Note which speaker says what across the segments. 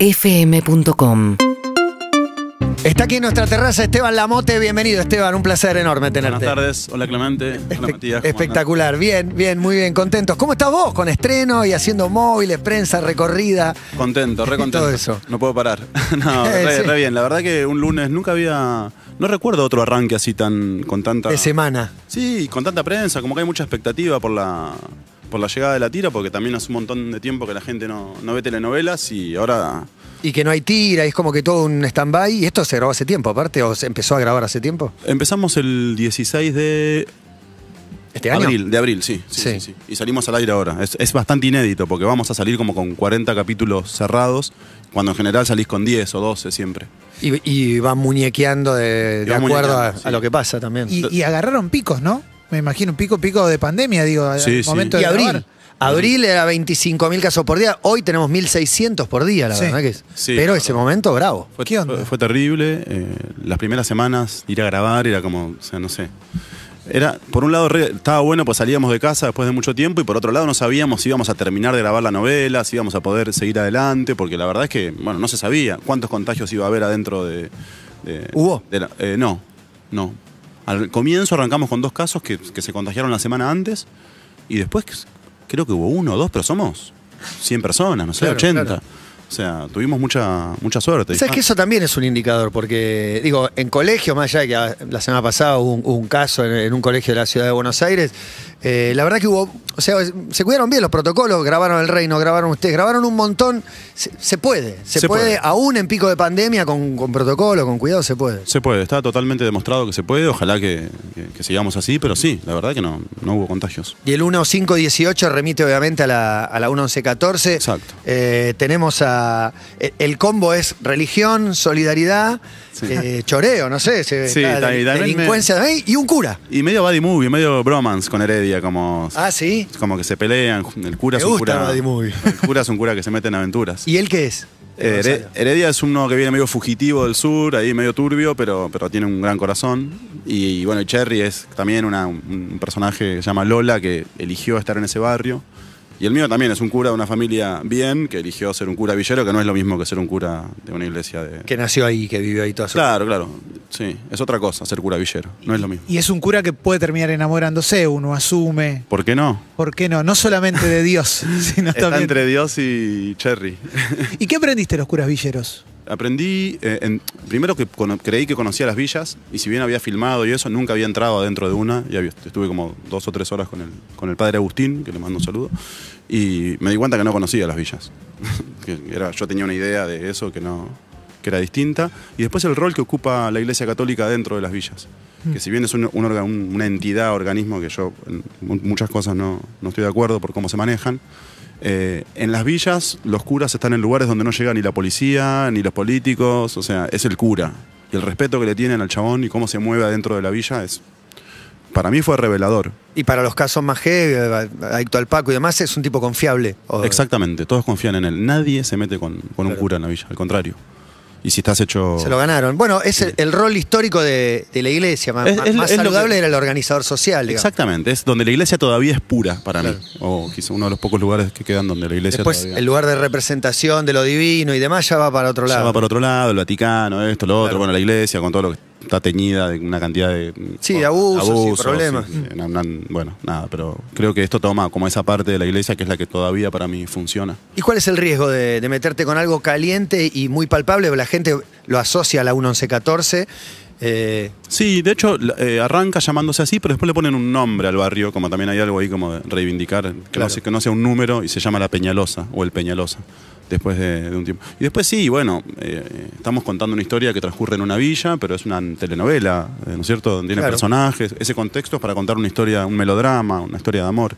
Speaker 1: urbanaplayfm.com
Speaker 2: Está aquí en nuestra terraza Esteban Lamote. Bienvenido, Esteban. Un placer enorme tenerte.
Speaker 3: Buenas tardes, hola Clemente, hola
Speaker 2: Espe-
Speaker 3: Matías. ¿cómo
Speaker 2: Espectacular, bien, bien, muy bien, contentos. ¿Cómo estás vos con estreno y haciendo móviles, prensa, recorrida?
Speaker 3: andás? Contento, re contento.
Speaker 2: Todo eso.
Speaker 3: No puedo parar. no,
Speaker 2: Eh,
Speaker 3: re,
Speaker 2: sí.
Speaker 3: re bien. La verdad que un lunes nunca había. No recuerdo otro arranque así tan. con tanta.
Speaker 2: De semana.
Speaker 3: Sí, con tanta prensa, como que hay mucha expectativa por la. por la llegada de la tira, porque también hace un montón de tiempo que la gente no, no ve telenovelas y ahora.
Speaker 2: Y que no hay tira, y es como que todo un stand-by. Y esto se grabó hace tiempo, aparte, o se empezó a grabar hace tiempo.
Speaker 3: Empezamos el 16 de
Speaker 2: Este año.
Speaker 3: Abril, de abril, sí. Sí,
Speaker 2: Sí.
Speaker 3: sí, sí. Y salimos al aire ahora. Es, es bastante inédito porque vamos a salir como con 40 capítulos cerrados, cuando en general salís con 10 o 12 siempre.
Speaker 2: Y, y van muñequeando de,
Speaker 3: Y
Speaker 2: de
Speaker 3: van
Speaker 2: acuerdo a,
Speaker 3: muñequeando, sí.
Speaker 2: a lo que pasa también.
Speaker 4: Y, y agarraron picos, ¿no? Me imagino, un pico, pico de pandemia, digo, al
Speaker 3: Sí, sí.
Speaker 4: momento
Speaker 2: Y
Speaker 4: de grabar.
Speaker 2: abril. Abril era 25.000 casos por día, hoy tenemos 1.600 por día, la
Speaker 4: Sí.
Speaker 2: verdad que es.
Speaker 3: Sí,
Speaker 2: Pero
Speaker 3: la
Speaker 2: ese momento, bravo.
Speaker 3: Fue,
Speaker 4: ¿Qué onda?
Speaker 3: Fue, fue terrible. eh, las primeras semanas, ir a grabar era como, o sea, no sé. Era, por un lado, re- estaba bueno, pues salíamos de casa después de mucho tiempo, y por otro lado, no sabíamos si íbamos a terminar de grabar la novela, si íbamos a poder seguir adelante, porque la verdad es que, bueno, no se sabía cuántos contagios iba a haber adentro de. de-
Speaker 2: ¿Hubo?
Speaker 3: de la- eh, no, no. Al comienzo arrancamos con dos casos que, que se contagiaron la semana antes, y después creo que hubo uno o dos, pero somos 100 personas, no sé,
Speaker 2: Claro,
Speaker 3: 80.
Speaker 2: claro.
Speaker 3: O sea, tuvimos mucha, mucha suerte.
Speaker 2: ¿Sabes
Speaker 3: Ah,
Speaker 2: que eso también es un indicador? Porque, digo, en colegio, más allá de que ah, la semana pasada hubo un, hubo un caso en, en un colegio de la ciudad de Buenos Aires, eh, la verdad que hubo, o sea, se cuidaron bien los protocolos, grabaron el reino, grabaron ustedes, grabaron un montón. Se, se puede, se,
Speaker 3: Se
Speaker 2: puede,
Speaker 3: puede.
Speaker 2: aún en pico de pandemia, con, con protocolo, con cuidado, se puede.
Speaker 3: Se puede, está totalmente demostrado que se puede, ojalá que, que- que sigamos así, pero sí, la verdad que no, no hubo contagios.
Speaker 2: Y el 1518 remite obviamente a la, a la 1114.
Speaker 3: Exacto.
Speaker 2: Eh, tenemos a. e- El combo es religión, solidaridad, eh, choreo, no sé, se-
Speaker 3: Sí,
Speaker 2: está
Speaker 3: también-
Speaker 2: de-
Speaker 3: también me-
Speaker 2: delincuencia también, y un cura.
Speaker 3: Y medio body movie, medio bromance con Heredia, como,
Speaker 2: Ah, sí.
Speaker 3: como que se pelean, el
Speaker 2: Me
Speaker 3: cura es un
Speaker 2: gusta
Speaker 3: cura...
Speaker 2: Buddy Movie.
Speaker 3: El cura es un cura que se mete en aventuras.
Speaker 2: ¿Y él qué es?
Speaker 3: Eh, Here- Heredia es uno que viene medio fugitivo del sur, ahí medio turbio, pero, pero tiene un gran corazón. Y, bueno, y Cherry es también una- un personaje que se llama Lola, que eligió estar en ese barrio. Y el mío también es un cura de una familia bien, que eligió ser un cura villero, que no es lo mismo que ser un cura de una iglesia de...
Speaker 2: Que nació ahí, que vivió ahí toda su
Speaker 3: Claro, claro. Sí, es otra cosa ser cura villero, no es lo mismo.
Speaker 4: Y es un cura que puede terminar enamorándose, uno asume.
Speaker 3: ¿Por qué no?
Speaker 4: ¿Por qué no? No solamente de Dios, sino
Speaker 3: Está
Speaker 4: también.
Speaker 3: entre Dios y Cherry.
Speaker 4: ¿Y qué aprendiste los curas villeros?
Speaker 3: Aprendí, eh, en- primero que cono- creí que conocía las villas, y si bien había filmado y eso, nunca había entrado adentro de una, y había- estuve como dos o tres horas con el, con el padre Agustín, que le mando un saludo, y me di cuenta que no conocía las villas. que era, yo tenía una idea de eso que no que era distinta, y después el rol que ocupa la Iglesia Católica dentro de las villas, que si bien es un- un orga- un- una entidad, organismo, que yo en mu- muchas cosas no, no estoy de acuerdo por cómo se manejan, eh, en las villas los curas están en lugares donde no llega ni la policía, ni los políticos, o sea, es el cura. Y el respeto que le tienen al chabón y cómo se mueve adentro de la villa es... Para mí fue revelador.
Speaker 2: Y para los casos más heavy, eh, adicto al Paco y demás, es un tipo confiable. O-
Speaker 3: Exactamente, todos confían en él. Nadie se mete con, con un
Speaker 2: Claro.
Speaker 3: cura en la villa, al contrario. Y si estás hecho...
Speaker 2: Se lo ganaron. Bueno, es el, el rol histórico de, de la iglesia. Más,
Speaker 3: Es- es-
Speaker 2: más
Speaker 3: es lo
Speaker 2: saludable
Speaker 3: que-
Speaker 2: era el organizador social, digamos.
Speaker 3: Exactamente, es donde la iglesia todavía es pura para mí. O quizá uno de los pocos lugares que quedan donde la iglesia
Speaker 2: Después,
Speaker 3: todavía-
Speaker 2: el lugar de representación de lo divino y demás ya va para otro
Speaker 3: Ya
Speaker 2: lado.
Speaker 3: va para otro lado, el Vaticano, esto, lo otro, bueno, la iglesia, con todo lo que está teñida de una cantidad de.
Speaker 2: Sí, de
Speaker 3: bueno,
Speaker 2: abusos y problemas.
Speaker 3: sí, sí, na- na- bueno, nada, pero creo que esto toma como esa parte de la iglesia que es la que todavía para mí funciona.
Speaker 2: ¿Y cuál es el riesgo de, de meterte con algo caliente y muy palpable? La gente lo asocia a la 1114. Eh,
Speaker 3: Sí, de hecho, la- eh, arranca llamándose así, pero después le ponen un nombre al barrio, como también hay algo ahí como de reivindicar, que,
Speaker 2: Claro.
Speaker 3: no sea, que no sea un número y se llama la Peñalosa o el Peñalosa, después de, de un tiempo. Y después sí, bueno, eh, estamos contando una historia que transcurre en una villa, pero es una telenovela, eh, ¿no es cierto? Donde tiene
Speaker 2: Claro.
Speaker 3: personajes, ese contexto es para contar una historia, un melodrama, una historia de amor.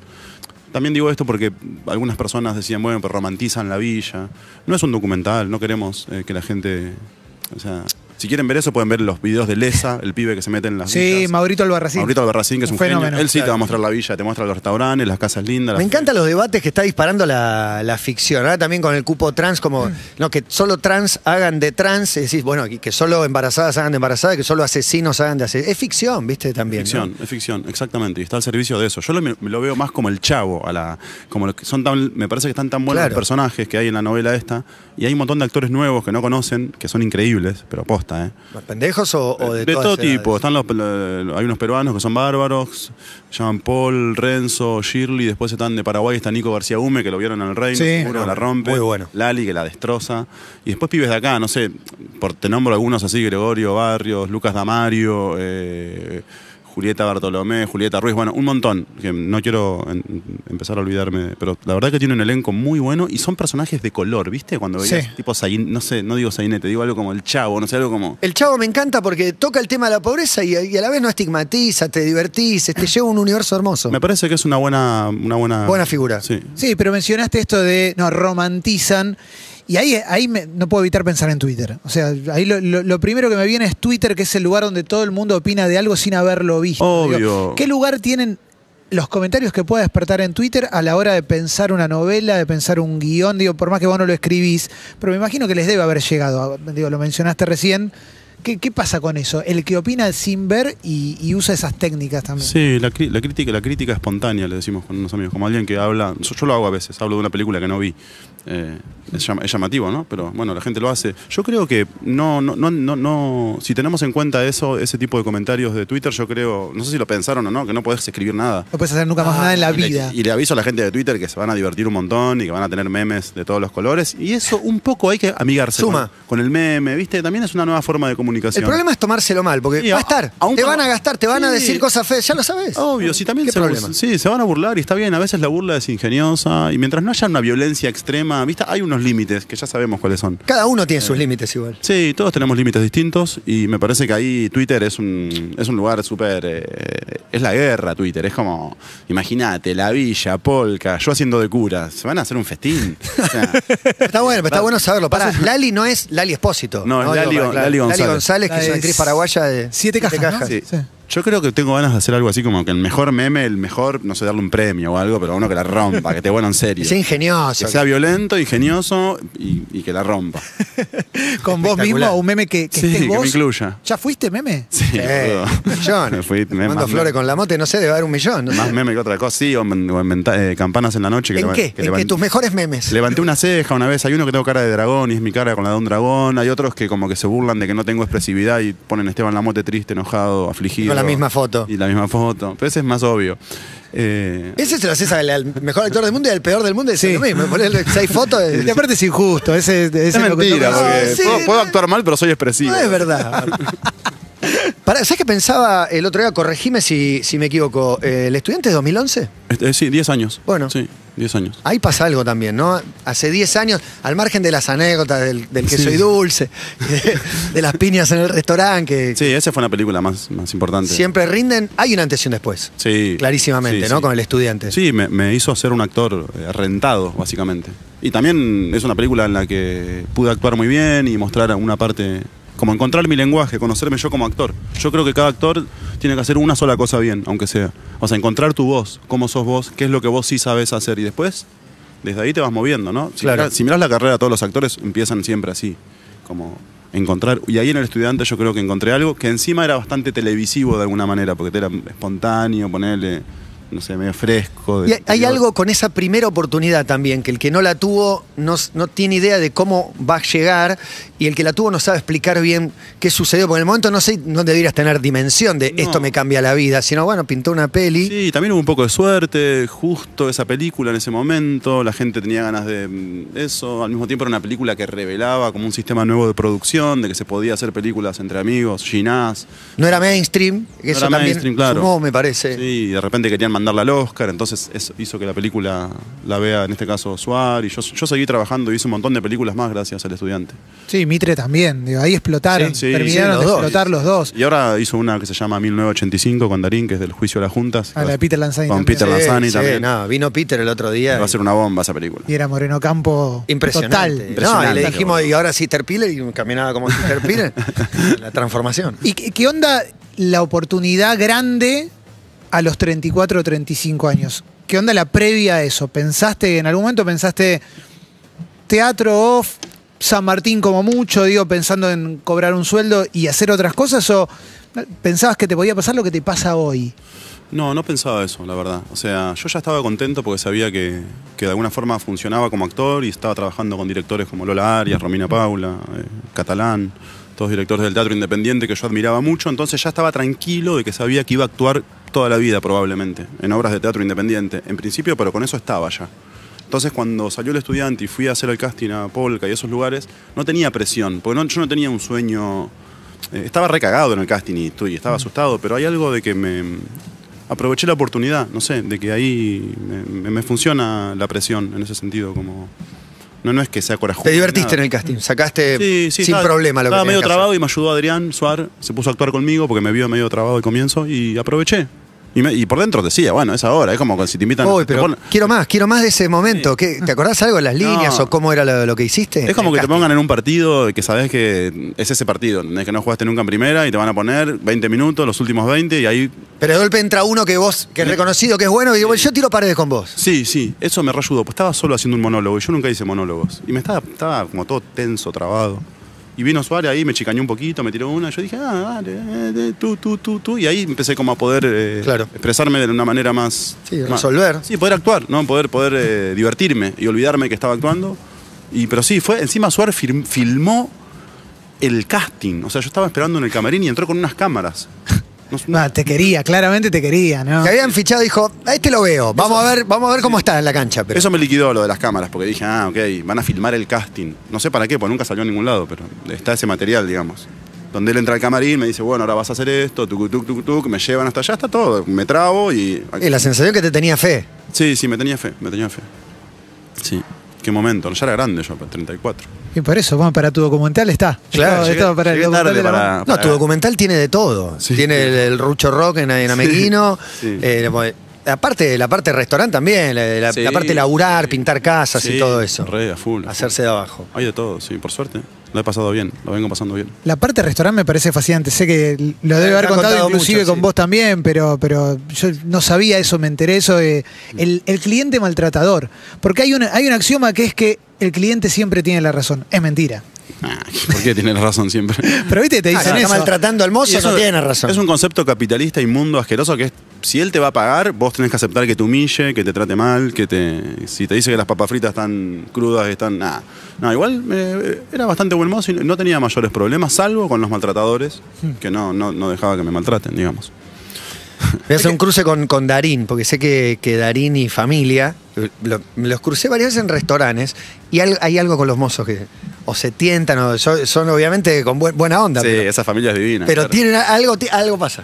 Speaker 3: También digo esto porque algunas personas decían, bueno, pero romantizan la villa. No es un documental, no queremos eh, que la gente... O sea, Si quieren ver eso, pueden ver los videos de Lesa, el pibe que se mete en las
Speaker 4: Sí,
Speaker 3: villas.
Speaker 4: Maurito Albarracín.
Speaker 3: Maurito Albarracín, que es un,
Speaker 4: Un
Speaker 3: genio.
Speaker 4: fenómeno,
Speaker 3: Él sí te
Speaker 4: claro.
Speaker 3: va a mostrar la villa, te muestra los restaurantes, las casas lindas.
Speaker 2: Me
Speaker 3: las-
Speaker 2: encantan los debates que está disparando la, la ficción. Ahora también con el cupo trans, como no, que solo trans hagan de trans, es decir, bueno, y que solo embarazadas hagan de embarazadas, que solo asesinos hagan de asesinos. Es ficción, ¿viste? También. ¿no?
Speaker 3: Ficción, es ficción, exactamente. Y está al servicio de eso. Yo lo, lo veo más como el chavo, a la, como lo que son tan, me parece que están tan buenos
Speaker 2: Claro.
Speaker 3: los personajes que hay en la novela esta. Y hay un montón de actores nuevos que no conocen, que son increíbles, pero posta, ¿eh?
Speaker 2: ¿Los pendejos o, o de,
Speaker 3: de
Speaker 2: todas
Speaker 3: todo
Speaker 2: edades?
Speaker 3: tipo. Están los, eh, hay unos peruanos que son bárbaros, Jean Paul, Renzo, Shirley, después están de Paraguay, está Nico García Hume, que lo vieron en el reino,
Speaker 4: Sí.
Speaker 3: seguro que la rompe.
Speaker 2: Muy bueno.
Speaker 3: Lali, que la destroza. Y después pibes de acá, no sé, por, te nombro algunos así, Gregorio Barrios, Lucas Damario, eh, Julieta Bartolomé, Julieta Ruiz, bueno, un montón, que no quiero en- empezar a olvidarme, pero la verdad que tiene un elenco muy bueno y son personajes de color, ¿viste? Cuando veías
Speaker 4: Sí.
Speaker 3: tipo Sain, no sé, no digo Sainete, digo algo como el chavo, no sé, algo como...
Speaker 2: El chavo me encanta porque toca el tema de la pobreza y, y a la vez no estigmatiza, te divertís, te lleva a un universo hermoso.
Speaker 3: Mm. Me parece que es una buena. Una buena,
Speaker 2: Buena figura.
Speaker 3: Sí.
Speaker 4: Sí, pero mencionaste esto de no romantizan. Y ahí, ahí me- no puedo evitar pensar en Twitter. O sea, ahí lo, lo- lo primero que me viene es Twitter, que es el lugar donde todo el mundo opina de algo sin haberlo visto.
Speaker 3: Obvio.
Speaker 4: ¿Qué lugar tienen los comentarios que pueda despertar en Twitter a la hora de pensar una novela, de pensar un guión? Digo, por más que vos no lo escribís, pero me imagino que les debe haber llegado. Digo, lo mencionaste recién. ¿Qué, qué pasa con eso? El que opina sin ver y, y usa esas técnicas también.
Speaker 3: Sí, la, cri- la crítica, la crítica espontánea, le decimos con unos amigos, como alguien que habla, yo, yo lo hago a veces, hablo de una película que no vi, Eh, es, llama- es llamativo, ¿no? Pero bueno, la gente lo hace. Yo creo que no, no, no, no, no- si tenemos en cuenta eso, ese tipo de comentarios de Twitter, yo creo, no sé si lo pensaron o no, que no podés escribir nada.
Speaker 4: No puedes hacer nunca más nada en la
Speaker 3: Y le-
Speaker 4: vida.
Speaker 3: Y le aviso a la gente de Twitter que se van a divertir un montón y que van a tener memes de todos los colores. Y eso un poco hay que amigarse
Speaker 2: Suma.
Speaker 3: Con, con el meme, ¿viste? También es una nueva forma de comunicación.
Speaker 2: el problema es tomárselo mal, porque
Speaker 3: Sí,
Speaker 2: va a
Speaker 3: a-
Speaker 2: estar,
Speaker 3: aún
Speaker 2: te
Speaker 3: como-
Speaker 2: van a gastar, te van a
Speaker 3: Sí.
Speaker 2: decir cosas feas, ya lo sabes.
Speaker 3: Obvio, sí, también
Speaker 2: ¿Qué
Speaker 3: se,
Speaker 2: problema?
Speaker 3: bur- sí, se van a burlar y está bien. A veces la burla es ingeniosa y mientras no haya una violencia extrema, ¿viste? hay unos límites que ya sabemos cuáles son.
Speaker 2: Cada uno tiene sus límites igual.
Speaker 3: Sí, todos tenemos límites distintos y me parece que ahí Twitter es un, es un lugar súper... eh, es la guerra Twitter, es como, imagínate, la villa, Polka, yo haciendo de cura, se van a hacer un festín. O sea,
Speaker 2: Está bueno, pero está
Speaker 3: Va-
Speaker 2: bueno saberlo. Pará, Lali no es Lali Espósito.
Speaker 3: No, es Lali
Speaker 2: Digo,
Speaker 3: Gon-
Speaker 2: claro,
Speaker 3: Lali González.
Speaker 2: que es una actriz paraguaya de
Speaker 4: Siete cajas, ¿no?
Speaker 3: Sí.
Speaker 4: Sí.
Speaker 3: Yo creo que tengo ganas de hacer algo así como que el mejor meme, el mejor, no sé, darle un premio o algo, pero uno que la rompa, que te bueno en serio.
Speaker 2: Es ingenioso.
Speaker 3: Que sea violento, ingenioso y, y que la rompa.
Speaker 4: con vos
Speaker 2: Espectacular.
Speaker 4: mismo a un meme que, que
Speaker 3: Sí,
Speaker 4: estés
Speaker 3: que
Speaker 4: vos.
Speaker 3: me incluya.
Speaker 4: ¿Ya fuiste meme?
Speaker 3: Sí,
Speaker 2: Sí,
Speaker 3: boludo. Me
Speaker 2: eh, millones.
Speaker 3: fui- me-
Speaker 2: Mando
Speaker 3: más
Speaker 2: flores con la mote, no sé, debe haber un millón. no
Speaker 3: meme- Más
Speaker 2: sé.
Speaker 3: meme que otra cosa, sí, o, en- o en venta- eh, campanas en la noche. Que
Speaker 2: ¿En
Speaker 3: leva-
Speaker 2: qué?
Speaker 3: que
Speaker 2: ¿En
Speaker 3: levan-
Speaker 2: qué? Tus mejores memes.
Speaker 3: Levanté una ceja una vez, hay uno que tengo cara de dragón y es mi cara con la de un dragón, hay otros que como que se burlan de que no tengo expresividad y ponen Esteban Lamote triste, enojado, afligido.
Speaker 2: Con la misma foto.
Speaker 3: Y la misma foto, pero ese es más obvio. Eh,
Speaker 2: Ese se lo haces al, al mejor actor del mundo y al peor del mundo. Es lo mismo. Ponerle seis fotos.
Speaker 4: Y
Speaker 2: de-
Speaker 4: aparte es injusto, ese, ese
Speaker 3: es mentira,
Speaker 2: no,
Speaker 3: porque
Speaker 2: sí,
Speaker 3: puedo,
Speaker 2: no.
Speaker 3: puedo actuar mal, pero soy expresivo.
Speaker 2: No es verdad. Pará, ¿Sabes qué pensaba el otro día? Corregime si, si me equivoco. Eh, ¿El estudiante es 2011?
Speaker 3: Este, eh, sí, 10 años.
Speaker 2: Bueno.
Speaker 3: Sí, 10 años.
Speaker 2: Ahí pasa algo también, ¿no? Hace 10 años, al margen de las anécdotas del, del que
Speaker 3: Sí.
Speaker 2: soy dulce, de, de las piñas en el restaurante, que
Speaker 3: Sí, esa fue la película más, más importante.
Speaker 2: siempre rinden, hay un antes y un después.
Speaker 3: Sí.
Speaker 2: Clarísimamente,
Speaker 3: Sí,
Speaker 2: ¿no?
Speaker 3: sí.
Speaker 2: Con el estudiante.
Speaker 3: Sí, me, me hizo ser un actor eh, rentado, básicamente. Y también es una película en la que pude actuar muy bien y mostrar una parte, como encontrar mi lenguaje, conocerme yo como actor. Yo creo que cada actor tiene que hacer una sola cosa bien, aunque sea. O sea, encontrar tu voz, cómo sos vos, qué es lo que vos sí sabes hacer. Y después, desde ahí te vas moviendo, ¿no? Si,
Speaker 2: Claro.
Speaker 3: mirás, si mirás la carrera, todos los actores empiezan siempre así, como encontrar... Y ahí en el estudiante yo creo que encontré algo que encima era bastante televisivo de alguna manera, porque era espontáneo, ponerle... No sé, medio fresco. de-
Speaker 2: Y hay, hay
Speaker 3: de-
Speaker 2: algo con esa primera oportunidad también, que el que no la tuvo no, s- no tiene idea de cómo va a llegar y el que la tuvo no sabe explicar bien qué sucedió, porque en el momento no sé, no debieras tener dimensión de
Speaker 3: No.
Speaker 2: esto me cambia la vida, sino bueno, pintó una peli.
Speaker 3: Sí, también hubo un poco de suerte, justo esa película en ese momento, la gente tenía ganas de mm, eso, al mismo tiempo era una película que revelaba como un sistema nuevo de producción, de que se podía hacer películas entre amigos, ginás,
Speaker 2: No era mainstream, que eso
Speaker 3: No era
Speaker 2: también
Speaker 3: mainstream, claro.
Speaker 2: sumó, me parece.
Speaker 3: sí, y de repente querían mandarla al Oscar, entonces eso hizo que la película la vea, en este caso, Suar, y yo, yo seguí trabajando y hice un montón de películas más gracias al estudiante.
Speaker 4: Sí, Mitre también. digo, ahí explotaron.
Speaker 3: Sí, sí,
Speaker 4: terminaron
Speaker 2: sí, los
Speaker 4: de
Speaker 2: dos.
Speaker 4: explotar los dos.
Speaker 3: Y ahora hizo una que se llama 1985 con Darín, que es del juicio de las juntas.
Speaker 4: A Ah, la de Peter Lanzani.
Speaker 3: Con
Speaker 4: también.
Speaker 3: Peter Lanzani
Speaker 2: Sí,
Speaker 3: también.
Speaker 2: no, vino Peter el otro día.
Speaker 3: Va a ser una bomba esa película.
Speaker 4: Y era Moreno Campo.
Speaker 2: Impresionante.
Speaker 4: Total.
Speaker 2: No, y
Speaker 3: Impresionante,
Speaker 2: le dijimos,
Speaker 3: boludo.
Speaker 2: y ahora sí Terpiller, y caminaba como Terpiller. la transformación.
Speaker 4: ¿Y qué, qué onda la oportunidad grande a los 34 o 35 años? ¿Qué onda la previa a eso? ¿Pensaste, en algún momento pensaste teatro off, San Martín como mucho, digo, pensando en cobrar un sueldo y hacer otras cosas? ¿O pensabas que te podía pasar lo que te pasa hoy?
Speaker 3: No, no pensaba eso, la verdad. O sea, yo ya estaba contento porque sabía que, que de alguna forma funcionaba como actor y estaba trabajando con directores como Lola Arias, Romina Paula, eh, Catalán, todos directores del teatro independiente que yo admiraba mucho, entonces ya estaba tranquilo de que sabía que iba a actuar toda la vida probablemente, en obras de teatro independiente, en principio, pero con eso estaba ya. Entonces cuando salió el estudiante y fui a hacer el casting a Polka y esos lugares, no tenía presión, porque no- yo no tenía un sueño... eh, estaba recagado en el casting y, tu- y
Speaker 2: Mm.
Speaker 3: estaba asustado, pero hay algo de que me... Aproveché la oportunidad, no sé, de que ahí me, me- me funciona la presión en ese sentido, como... No, no es que sea corajudo.
Speaker 2: Te
Speaker 3: ni
Speaker 2: divertiste
Speaker 3: nada.
Speaker 2: en el casting, sacaste
Speaker 3: Sí, sí,
Speaker 2: sin
Speaker 3: estaba-
Speaker 2: problema lo que
Speaker 3: Estaba
Speaker 2: tenías
Speaker 3: medio
Speaker 2: que
Speaker 3: trabado
Speaker 2: hacer.
Speaker 3: y me ayudó Adrián Suar, se puso a actuar conmigo porque me vio medio trabado al comienzo y aproveché. Y, me- y por dentro decía, bueno, es ahora, es como si te invitan
Speaker 2: Uy,
Speaker 3: te
Speaker 2: pero
Speaker 3: ponen-
Speaker 2: quiero más, quiero más de ese momento. ¿Qué- ¿Te acordás algo de las líneas
Speaker 3: No.
Speaker 2: o cómo era lo, lo que hiciste?
Speaker 3: Es como
Speaker 2: El
Speaker 3: que te
Speaker 2: casting.
Speaker 3: pongan en un partido que sabes que es ese partido, es que no jugaste nunca en primera y te van a poner 20 minutos, los últimos 20 y ahí
Speaker 2: Pero de golpe entra uno que vos, que es reconocido, que es bueno, y digo, yo tiro paredes con vos.
Speaker 3: Sí, sí, eso me reayudó. Pues estaba solo haciendo un monólogo y yo nunca hice monólogos. Y me estaba, estaba como todo tenso, trabado. Y vino Suárez ahí, me chicañó un poquito, me tiró una. Yo dije, ah, dale, eh, eh, tú, tú, tú, tú. Y ahí empecé como a poder eh,
Speaker 2: Claro.
Speaker 3: expresarme de una manera más.
Speaker 2: Sí,
Speaker 3: más-
Speaker 2: resolver.
Speaker 3: Sí, poder actuar, ¿no? Poder, poder eh, divertirme y olvidarme que estaba actuando. Y, pero sí, fue. Encima Suárez fir- filmó el casting. O sea, yo estaba esperando en el camarín y entró con unas cámaras. No-
Speaker 4: No, Ah, te quería, claramente te quería,
Speaker 3: Ah,
Speaker 4: ¿no?
Speaker 2: Te habían fichado, dijo, a este lo veo, vamos a ver, vamos a ver cómo está en la cancha. Pero
Speaker 3: Eso me liquidó lo de las cámaras, porque dije, ah, ok, van a filmar el casting. No sé para qué, porque nunca salió a ningún lado, pero está ese material, digamos. Donde él entra al camarín, me dice, bueno, ahora vas a hacer esto, tuc, tuc, tuc, tuc, me llevan hasta allá, está todo, me trabo y...
Speaker 2: eh, la sensación que te tenía fe.
Speaker 3: Sí, sí, me tenía fe, me tenía fe. Sí, qué momento, ya era grande yo, 34.
Speaker 4: Y por eso, vamos, para tu documental está.
Speaker 2: Claro,
Speaker 4: Estaba-
Speaker 3: llegué-
Speaker 4: estaba para el
Speaker 3: llegué
Speaker 4: documental
Speaker 3: tarde
Speaker 4: de la
Speaker 3: Ah, para-
Speaker 4: mano.
Speaker 2: No, tu documental tiene de todo.
Speaker 3: Sí.
Speaker 2: Tiene el, el rucho rock en, en Amequino.
Speaker 3: sí.
Speaker 2: eh, bueno, la parte, la parte de restaurante también, la, la-
Speaker 3: Sí,
Speaker 2: la parte de laburar,
Speaker 3: sí.
Speaker 2: pintar casas y
Speaker 3: Sí,
Speaker 2: todo eso.
Speaker 3: Re, a full.
Speaker 2: Hacerse de abajo.
Speaker 3: Hay de todo, sí, por suerte. Lo he pasado bien, lo vengo pasando bien.
Speaker 4: La parte de restaurante me parece fascinante. Sé que lo debe
Speaker 2: Me
Speaker 4: haber
Speaker 2: han
Speaker 4: contado,
Speaker 2: contado
Speaker 4: inclusive
Speaker 2: mucho,
Speaker 4: con
Speaker 2: sí.
Speaker 4: vos también, pero, pero yo no sabía eso, me enteré eso de el, el cliente maltratador. Porque hay un, hay un axioma que es que el cliente siempre tiene la razón. Es mentira.
Speaker 3: Ah, ¿Por qué tienes razón siempre?
Speaker 4: Pero viste, te
Speaker 2: Ah,
Speaker 4: dicen
Speaker 2: está
Speaker 4: eso.
Speaker 2: maltratando al mozo,
Speaker 3: Y eso
Speaker 2: no tiene razón.
Speaker 3: Es un concepto capitalista inmundo, asqueroso, que es, si él te va a pagar, vos tenés que aceptar que te humille, que te trate mal, que te si te dice que las papas fritas están crudas, que están nada. No, igual eh, era bastante buen mozo y no tenía mayores problemas, salvo con los maltratadores,
Speaker 2: Hmm.
Speaker 3: que no, no, no dejaba que me maltraten, digamos.
Speaker 2: Voy a hacer un cruce con, con Darín, porque sé que, que Darín y familia, lo- me los crucé varias veces en restaurantes, y al- hay algo con los mozos que o se tientan, o son, son obviamente con buen- buena onda,
Speaker 3: Sí,
Speaker 2: pero,
Speaker 3: esa familia es divina.
Speaker 2: pero
Speaker 3: claro.
Speaker 2: tienen a- algo, ti- algo pasa.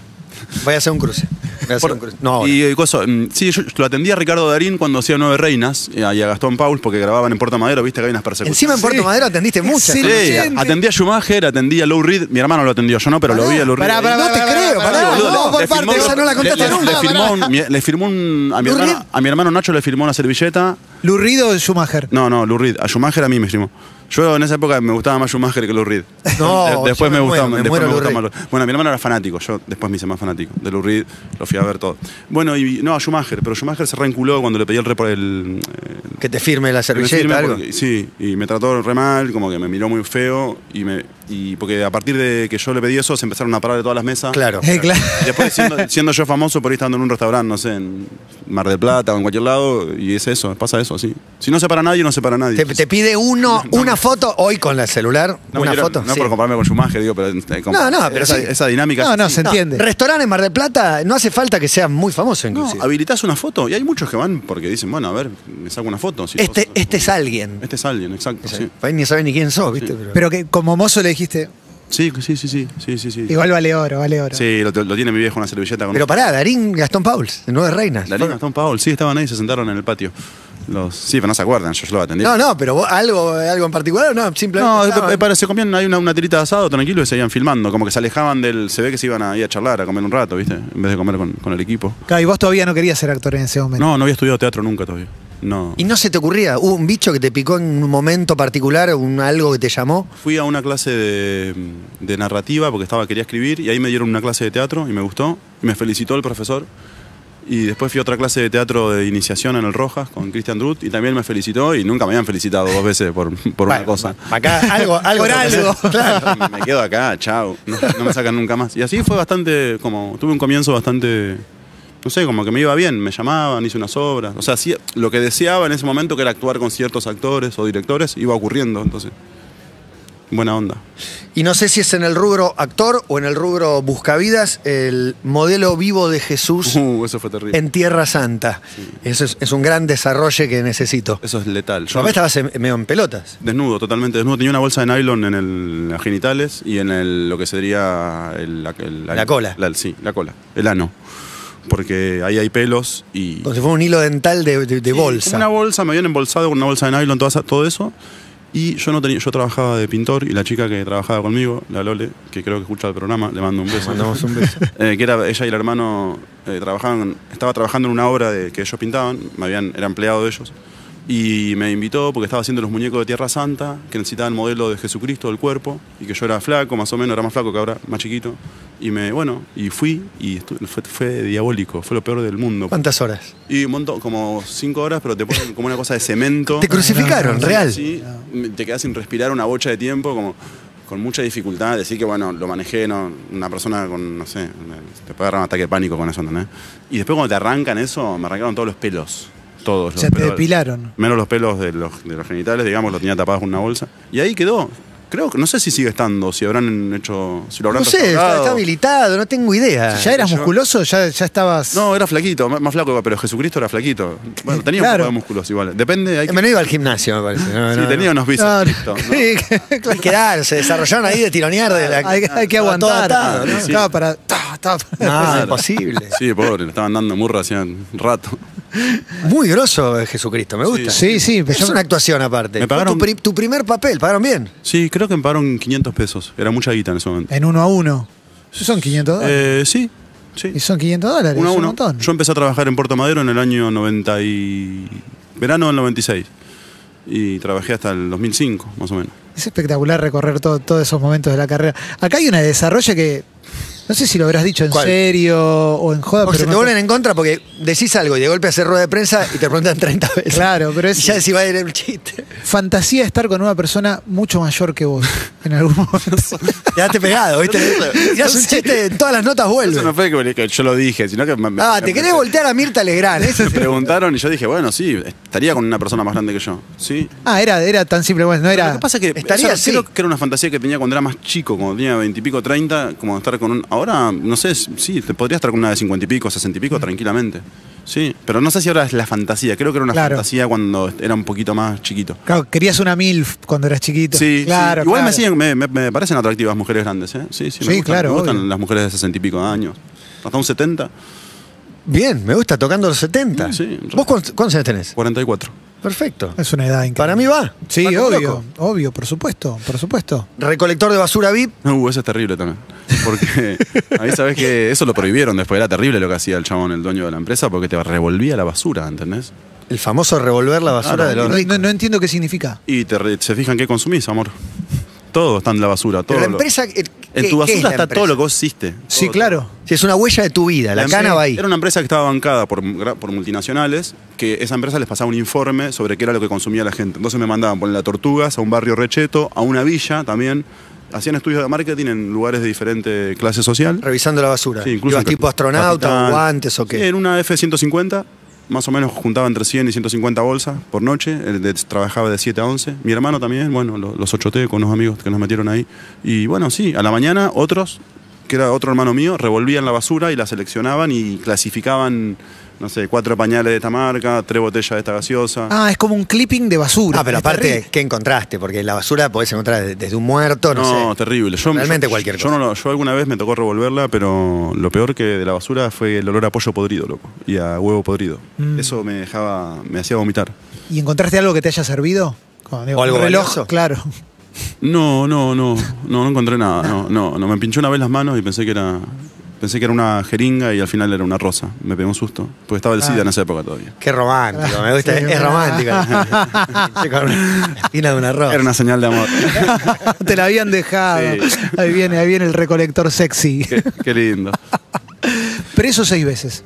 Speaker 2: Voy a hacer un cruce. Voy a hacer
Speaker 3: Por-
Speaker 2: un cruce. No, ahora.
Speaker 3: y, eh, cosa, mm, sí, yo lo atendía a Ricardo Darín cuando hacía Nueve Reinas eh, y a Gastón Paul porque grababan en Puerto Madero, viste que hay unas persecuciones.
Speaker 2: Encima en Puerto
Speaker 4: Sí.
Speaker 2: Madero atendiste muchas.
Speaker 4: Sí,
Speaker 3: Sí,
Speaker 4: Gente.
Speaker 3: atendí a Schumacher, atendí a Lou Reed. Mi hermano lo atendió, yo no, pero lo vi a Lou Reed.
Speaker 4: Pará, pará,
Speaker 2: No te
Speaker 4: pará, pará,
Speaker 2: creo,
Speaker 4: pará,
Speaker 2: pará,
Speaker 4: pará,
Speaker 3: boludo,
Speaker 2: no,
Speaker 4: boludo.
Speaker 2: por
Speaker 3: le
Speaker 2: parte,
Speaker 3: filmó-
Speaker 2: esa no la contaste
Speaker 3: le- le-
Speaker 2: nunca,
Speaker 3: Le firmó,
Speaker 2: pará.
Speaker 3: un- mi- le firmó un- a, mi
Speaker 2: ¿Lou
Speaker 3: hermano,
Speaker 2: Reed?
Speaker 3: a mi hermano Nacho le firmó una servilleta.
Speaker 4: Lurrido de Schumacher.
Speaker 3: No, no, Lou Reed. A Schumacher a mí me firmó. Yo en esa época me gustaba más Schumacher que Lou Reed.
Speaker 2: No,
Speaker 3: De-
Speaker 2: yo
Speaker 3: después me,
Speaker 2: me
Speaker 3: gustaba,
Speaker 2: muero, me muero
Speaker 3: después me
Speaker 2: Lou
Speaker 3: gustaba
Speaker 2: Reed.
Speaker 3: más Lou- Bueno, mi hermano era fanático, yo después me hice más fanático de Lou Reed, lo fui a ver todo. Bueno, y no, a Schumacher, pero Schumacher se reenculó cuando le pedí el, re- por el, eh,
Speaker 2: Que te firme la
Speaker 3: me
Speaker 2: servilleta,
Speaker 3: firme
Speaker 2: algo.
Speaker 3: porque- sí, y me trató re mal, como que me miró muy feo. Y, me, y porque a partir de que yo le pedí eso, se empezaron a parar de todas las mesas.
Speaker 2: Claro.
Speaker 4: Eh, claro.
Speaker 3: Y Después, siendo, siendo yo famoso por ahí estando en un restaurante, no sé, en Mar del Plata o en cualquier lado, y es eso, pasa eso, sí. Si no se para nadie, no se para nadie.
Speaker 2: Te, te pide uno, una foto hoy con la celular,
Speaker 3: no, me
Speaker 2: una
Speaker 3: quiero-
Speaker 2: foto.
Speaker 3: No
Speaker 2: sí.
Speaker 3: por compararme con Schumacher, digo, pero. eh, como-
Speaker 2: No, no, pero
Speaker 3: esa,
Speaker 2: sí.
Speaker 3: esa dinámica.
Speaker 4: No, no, se
Speaker 2: No,
Speaker 4: entiende.
Speaker 2: Restaurante en Mar del Plata, no hace falta que sea muy famoso
Speaker 3: No,
Speaker 2: inclusive.
Speaker 3: habilitas una foto, y hay muchos que van porque dicen, bueno, a ver, me saco una foto. si
Speaker 2: este,
Speaker 3: sos-
Speaker 2: este es alguien.
Speaker 3: Este es alguien, exacto. sí.
Speaker 2: Por ahí Ni sabe ni quién sos, ¿viste?
Speaker 4: Pero que como mozo le dijiste,
Speaker 3: Sí, sí, sí, sí, sí, sí. sí.
Speaker 4: Igual vale oro, vale oro.
Speaker 3: Sí, lo, lo tiene mi viejo una servilleta con
Speaker 2: Pero pará, Darín Gastón Pauls, de Nueve Reinas.
Speaker 3: Darín, Gastón, Paul, sí, estaban ahí y se sentaron en el patio. Los, sí, pero no se acuerdan, yo, yo lo atendí.
Speaker 2: No, no, pero vos, algo, algo en particular o no, simplemente.
Speaker 3: No,
Speaker 2: estaban-
Speaker 3: eh, para- se comían ahí una, una tirita de asado tranquilo y seguían filmando. Como que se alejaban del. Se ve que se iban ahí a charlar, a comer un rato, ¿viste? En vez de comer con, con el equipo.
Speaker 4: Claro, y vos todavía no querías ser actor en ese momento.
Speaker 3: No, no había estudiado teatro nunca todavía. No.
Speaker 2: ¿Y no se te ocurría? ¿Hubo un bicho que te picó en un momento particular, un, algo que te llamó?
Speaker 3: Fui a una clase de, de narrativa porque estaba quería escribir y ahí me dieron una clase de teatro y me gustó. Y me felicitó el profesor. Y después fui a otra clase de teatro de iniciación en el Rojas con Christian Drut y también me felicitó y nunca me habían felicitado dos veces por, por una
Speaker 2: Bueno,
Speaker 3: cosa.
Speaker 2: Acá, algo, algo.
Speaker 4: Por algo.
Speaker 2: Claro.
Speaker 3: me quedo acá, chao. No, no me sacan nunca más. Y así fue bastante, como, tuve un comienzo bastante, no sé, como que me iba bien. Me llamaban, hice unas obras. O sea, sí, lo que deseaba en ese momento, que era actuar con ciertos actores o directores, iba ocurriendo, entonces. Buena onda.
Speaker 2: Y no sé si es en el rubro actor o en el rubro buscavidas, el modelo vivo de Jesús
Speaker 3: Uh, eso fue terrible.
Speaker 2: en Tierra Santa. Eso es, es un gran desarrollo que necesito.
Speaker 3: Eso es letal.
Speaker 2: Yo papá estabas en- medio en pelotas.
Speaker 3: Desnudo, totalmente desnudo. Tenía una bolsa de nylon en, el, en los genitales y en el, lo que sería el- la, el-
Speaker 2: La cola.
Speaker 3: sí, la cola. El ano. Porque ahí hay pelos y...
Speaker 2: Como si fuera un hilo dental de, de- de
Speaker 3: Sí, como
Speaker 2: bolsa.
Speaker 3: Una bolsa, me habían embolsado con una bolsa de nylon, toda esa- todo eso. Y yo no tenía, yo trabajaba de pintor y la chica que trabajaba conmigo, la Lole, que creo que escucha el programa, le mando un beso.
Speaker 2: Mandamos un beso.
Speaker 3: Eh, que era ella y el hermano eh, trabajaban, estaba trabajando en una obra de, que ellos pintaban, me habían, era empleado de ellos. Y me invitó porque estaba haciendo los muñecos de Tierra Santa, que necesitaban modelo de Jesucristo del cuerpo, y que yo era flaco, más o menos, era más flaco que ahora, más chiquito. Y me, bueno, y fui, y estu- fue, fue diabólico, fue lo peor del mundo.
Speaker 2: ¿Cuántas horas?
Speaker 3: Y un montón, como cinco horas, pero te ponen como una cosa de cemento.
Speaker 2: Te crucificaron,
Speaker 4: no, no,
Speaker 2: real.
Speaker 3: Sí, te quedas sin respirar una bocha de tiempo, como con mucha dificultad. Decir que, bueno, lo manejé, no, una persona con, no sé, te puede agarrar un ataque de pánico con eso, ¿entendés? Y después cuando te arrancan eso, me arrancaron todos los pelos. Todos
Speaker 4: O
Speaker 3: los
Speaker 4: sea, te
Speaker 3: pelos.
Speaker 4: depilaron.
Speaker 3: Menos los pelos de los, de los genitales, digamos, los tenía tapados con una bolsa. Y ahí quedó. Creo que, no sé si sigue estando, si habrán hecho, si lo habrán
Speaker 2: No sé, está,
Speaker 3: restaurado.
Speaker 2: está habilitado, no tengo idea.
Speaker 4: ¿Ya eras
Speaker 3: Eh, yo-
Speaker 4: musculoso? ¿Ya, ya estabas.?
Speaker 3: No, era flaquito, más más flaco, pero Jesucristo era flaquito. Bueno, tenía
Speaker 4: Claro.
Speaker 3: un poco de músculos igual. Depende, hay que...
Speaker 2: Me no iba al gimnasio, me parece. No,
Speaker 3: Sí,
Speaker 2: no,
Speaker 3: tenía
Speaker 2: no.
Speaker 3: unos bíceps.
Speaker 4: No, no.
Speaker 3: Cristo, ¿no?
Speaker 2: Hay que dar, se desarrollaron ahí de tironear. De la-
Speaker 4: hay, hay que
Speaker 2: Estaba todo
Speaker 4: aguantar.
Speaker 2: atado, ¿no?
Speaker 3: Sí, sí.
Speaker 4: Estaba para. ta, ta,
Speaker 2: No, imposible.
Speaker 3: Sí, pobre, le estaban dando murra hacía un rato.
Speaker 2: Muy groso es Jesucristo, me gusta.
Speaker 4: Sí, sí, pero
Speaker 2: Es
Speaker 4: yo- Ah,
Speaker 2: una actuación aparte.
Speaker 3: Me
Speaker 2: Fue
Speaker 3: pagaron-
Speaker 2: Tu, pri- tu primer papel, pagaron bien.
Speaker 3: Sí, creo que me pagaron 500 pesos. Era mucha guita en ese momento.
Speaker 4: en uno a uno. Son 500 dólares.
Speaker 3: Eh, sí, sí.
Speaker 4: y son 500 dólares.
Speaker 3: Uno a
Speaker 4: es un
Speaker 3: uno.
Speaker 4: montón.
Speaker 3: Yo empecé a trabajar en Puerto Madero en el año 90 y... Verano del 96. Y trabajé hasta el 2005, más o menos.
Speaker 4: Es espectacular recorrer todo- todos esos momentos de la carrera. Acá hay una de desarrollo que. No sé si lo habrás dicho en
Speaker 2: ¿Cuál?
Speaker 4: serio o en joda,
Speaker 2: Porque se
Speaker 4: pero.
Speaker 2: te
Speaker 4: me-
Speaker 2: vuelven en contra porque decís algo y de golpe haces rueda de prensa y te preguntan 30 veces.
Speaker 4: Claro, pero es-
Speaker 2: Y ya decís, va a ir el chiste.
Speaker 4: Fantasía estar con una persona mucho mayor que vos en algún momento.
Speaker 2: Quedaste pegado, ¿viste? Tirás un chiste, en todas las notas vuelve.
Speaker 3: Eso no fue que, que yo lo dije, sino que... me- me-
Speaker 2: Ah,
Speaker 3: me-
Speaker 2: te querés voltear a Mirta Legrand. Eso
Speaker 3: Me
Speaker 2: es-
Speaker 3: preguntaron y yo dije, bueno, sí, estaría con una persona más grande que yo. Sí,
Speaker 4: ah, era, era tan simple. Bueno, no
Speaker 3: Lo
Speaker 4: era.
Speaker 3: que pasa es que
Speaker 2: Estaría
Speaker 3: esa-
Speaker 2: así.
Speaker 3: creo que era una fantasía que tenía cuando era más chico, cuando tenía veintipico, treinta, como estar con un. Ahora, no sé, sí, te podría estar con una de cincuenta y pico, sesenta y pico,
Speaker 4: Mm.
Speaker 3: tranquilamente. Sí, pero no sé si ahora es la fantasía. Creo que era una
Speaker 4: Claro.
Speaker 3: fantasía cuando era un poquito más chiquito.
Speaker 4: Claro, querías una MILF cuando eras chiquito.
Speaker 3: Sí, sí.
Speaker 4: claro.
Speaker 3: Igual me,
Speaker 4: claro.
Speaker 3: siguen, me, me- me parecen atractivas mujeres grandes, ¿eh? Sí, sí, me
Speaker 4: Sí,
Speaker 3: gustan,
Speaker 4: claro,
Speaker 3: me gustan
Speaker 4: obvio.
Speaker 3: las mujeres de sesenta y pico de años. Hasta un 70,
Speaker 2: Bien, me gusta, tocando los 70.
Speaker 3: Sí.
Speaker 2: ¿Vos cuántos cuántos años tenés?
Speaker 3: 44.
Speaker 2: Perfecto.
Speaker 4: Es una edad increíble.
Speaker 2: Para mí va.
Speaker 4: Sí,
Speaker 2: Va como
Speaker 4: obvio,
Speaker 2: loco.
Speaker 4: obvio, por supuesto, por supuesto.
Speaker 2: Recolector de basura VIP.
Speaker 3: Uh, eso es terrible también. Porque a mí sabes que eso lo prohibieron después. Era terrible lo que hacía el chabón, el dueño de la empresa, porque te revolvía la basura, ¿entendés?
Speaker 2: El famoso revolver la basura
Speaker 3: Claro,
Speaker 2: de
Speaker 4: No,
Speaker 2: los ricos.
Speaker 4: no- no entiendo qué significa.
Speaker 3: Y te re- se fijan qué consumís, amor. Todo está en la basura. Todo
Speaker 2: Pero la
Speaker 3: lo-
Speaker 2: empresa. eh, ¿qué-
Speaker 3: en tu
Speaker 2: qué es
Speaker 3: basura
Speaker 2: la
Speaker 3: está
Speaker 2: empresa?
Speaker 3: todo lo que vos hiciste.
Speaker 4: Sí,
Speaker 3: Todo.
Speaker 4: claro.
Speaker 2: Si es una huella de tu vida, la,
Speaker 3: empresa-
Speaker 2: cana va ahí.
Speaker 3: Era una empresa que estaba bancada por, gra- por multinacionales, que esa empresa les pasaba un informe sobre qué era lo que consumía la gente. Entonces me mandaban poner a tortugas, a un barrio recheto, a una villa también. Hacían estudios de marketing en lugares de diferente clase social.
Speaker 2: Revisando la basura.
Speaker 3: Sí,
Speaker 2: Ibas
Speaker 3: en
Speaker 2: tipo astronauta,
Speaker 3: Capitán.
Speaker 2: guantes o qué.
Speaker 3: Sí, en una F-150, más o menos juntaba entre 100 y 150 bolsas por noche. Él de- trabajaba de 7 a 11. Mi hermano también, bueno, lo- los ochoteé con unos amigos que nos metieron ahí. Y bueno, sí, a la mañana otros que era otro hermano mío, revolvían la basura y la seleccionaban y clasificaban, no sé, cuatro pañales de esta marca, tres botellas de esta gaseosa.
Speaker 4: Ah, es como un clipping de basura.
Speaker 2: Ah, pero
Speaker 4: Es
Speaker 2: aparte,
Speaker 4: terrible.
Speaker 2: ¿qué encontraste? Porque la basura podés encontrar de- desde un muerto, no,
Speaker 3: no,
Speaker 2: sé.
Speaker 3: terrible. Yo,
Speaker 2: Realmente
Speaker 3: yo-
Speaker 2: cualquier
Speaker 3: Yo, no lo- yo alguna vez me tocó revolverla, pero lo peor que de la basura fue el olor a pollo podrido, loco, y a huevo podrido.
Speaker 2: Mm.
Speaker 3: Eso me dejaba, me hacía vomitar.
Speaker 4: ¿Y encontraste algo que te haya servido? Como, digo,
Speaker 2: ¿O algo
Speaker 4: un reloj,
Speaker 2: valioso?
Speaker 4: claro.
Speaker 3: No, no, no, no, no encontré nada. No, no, no. Me pinchó una vez las manos y pensé que era, pensé que era una jeringa y al final era una rosa. Me pegó un susto, porque estaba el
Speaker 2: Ah.
Speaker 3: SIDA en esa época todavía.
Speaker 2: Qué romántico, me gusta,
Speaker 4: Sí,
Speaker 2: es romántico. Sí, Con una espina de un arroz.
Speaker 3: Era una señal de amor.
Speaker 4: te la habían dejado.
Speaker 3: Sí.
Speaker 4: Ahí viene, ahí viene el recolector sexy.
Speaker 3: qué, qué lindo.
Speaker 4: Preso seis veces.